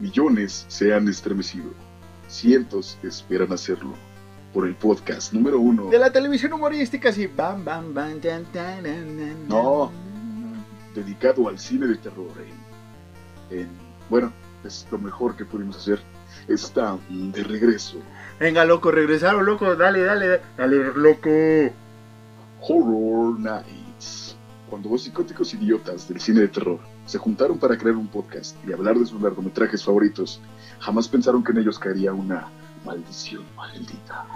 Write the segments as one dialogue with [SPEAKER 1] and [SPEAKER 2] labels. [SPEAKER 1] Millones se han estremecido. Cientos esperan hacerlo. Por el podcast número uno.
[SPEAKER 2] De la televisión humorística, sí. Bam, bam, bam, tan, tan, nan, nan,
[SPEAKER 1] No. Dedicado al cine de terror. En, en- bueno, es lo mejor que pudimos hacer. Está de regreso.
[SPEAKER 2] Venga, loco, regresaron, loco. Dale, dale, dale, loco.
[SPEAKER 1] Horror Nights. Cuando dos psicóticos idiotas del cine de terror se juntaron para crear un podcast y hablar de sus largometrajes favoritos, jamás pensaron que en ellos caería una maldición maldita.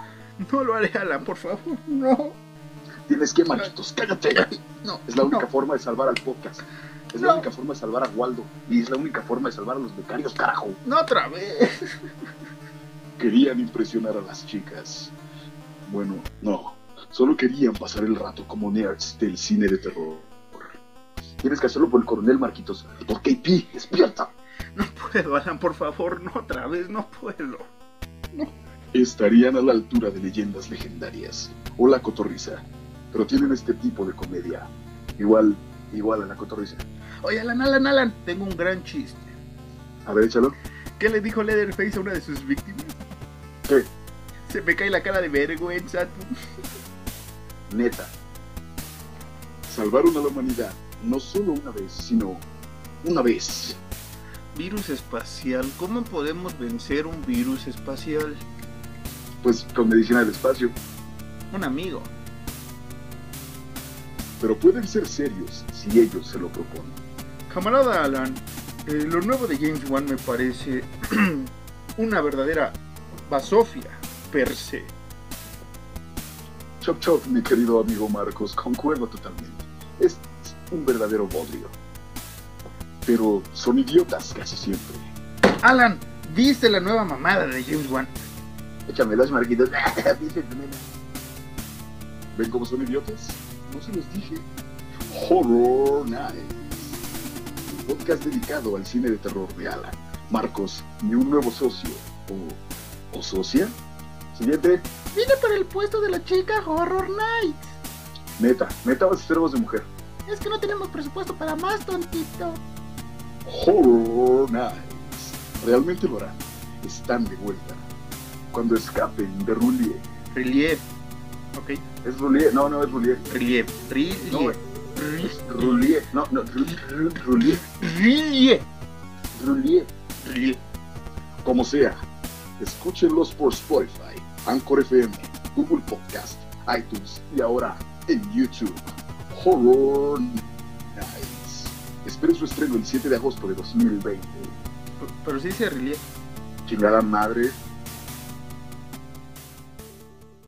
[SPEAKER 2] No lo haré, Alan, por favor. No.
[SPEAKER 1] Tienes que, Marquitos, cállate.
[SPEAKER 2] No.
[SPEAKER 1] Es la única
[SPEAKER 2] no.
[SPEAKER 1] forma de salvar al podcast. Es
[SPEAKER 2] No.
[SPEAKER 1] la única forma de salvar a Waldo. Y es la única forma de salvar a los becarios, carajo.
[SPEAKER 2] No otra vez.
[SPEAKER 1] Querían impresionar a las chicas. Bueno, no. Solo querían pasar el rato como nerds del cine de terror. Tienes que hacerlo por el coronel Marquitos. Por KP, despierta.
[SPEAKER 2] No puedo, Alan, por favor. No otra vez, no puedo.
[SPEAKER 1] Estarían a la altura de leyendas legendarias. O la cotorriza. Pero tienen este tipo de comedia. Igual, igual a la cotorriza.
[SPEAKER 2] Oye, Alan, Alan, Alan. Tengo un gran chiste.
[SPEAKER 1] A ver, échalo.
[SPEAKER 2] ¿Qué le dijo Leatherface a una de sus víctimas?
[SPEAKER 1] ¿Qué?
[SPEAKER 2] Se me cae la cara de vergüenza. tú.
[SPEAKER 1] Neta. Salvaron a la humanidad, no solo una vez, sino una vez.
[SPEAKER 2] Virus espacial. ¿Cómo podemos vencer un virus espacial?
[SPEAKER 1] Pues con medicina del espacio.
[SPEAKER 2] Un amigo.
[SPEAKER 1] Pero pueden ser serios si ellos se lo proponen.
[SPEAKER 2] Camarada Alan, eh, lo nuevo de James Wan me parece una verdadera basofia per se.
[SPEAKER 1] Chop chop, mi querido amigo Marcos, concuerdo totalmente. Es un verdadero bodrio. Pero son idiotas casi siempre.
[SPEAKER 2] Alan, ¿viste la nueva mamada de James Wan?
[SPEAKER 1] Échame las marquitos. ¿Ven cómo son idiotas? No se los dije. Horror Nights. Un podcast dedicado al cine de terror de Alan, Marcos y un nuevo socio. ¿O, o socia? Siguiente.
[SPEAKER 2] Vine para el puesto de la chica Horror Nights.
[SPEAKER 1] Neta. Neta vas a hacer voz de mujer.
[SPEAKER 2] Es que no tenemos presupuesto para más, tontito.
[SPEAKER 1] Horror Nights. Realmente lo harán. Están de vuelta. Cuando escapen de Rulier.
[SPEAKER 2] Relief. Ok,
[SPEAKER 1] ¿Es Rulier? No, no es Rulier.
[SPEAKER 2] relief.
[SPEAKER 1] No,
[SPEAKER 2] Relief.
[SPEAKER 1] es Rulier. No, no. Ru- Ru- Rulier.
[SPEAKER 2] Relief.
[SPEAKER 1] Rulier.
[SPEAKER 2] Relief.
[SPEAKER 1] Como sea, escúchenlos por Spotify, Anchor FM, Google Podcast, iTunes y ahora en YouTube. Horror Nights. Esperen su estreno el 7 de agosto de 2020.
[SPEAKER 2] Pero sí dice relief.
[SPEAKER 1] Chingada madre,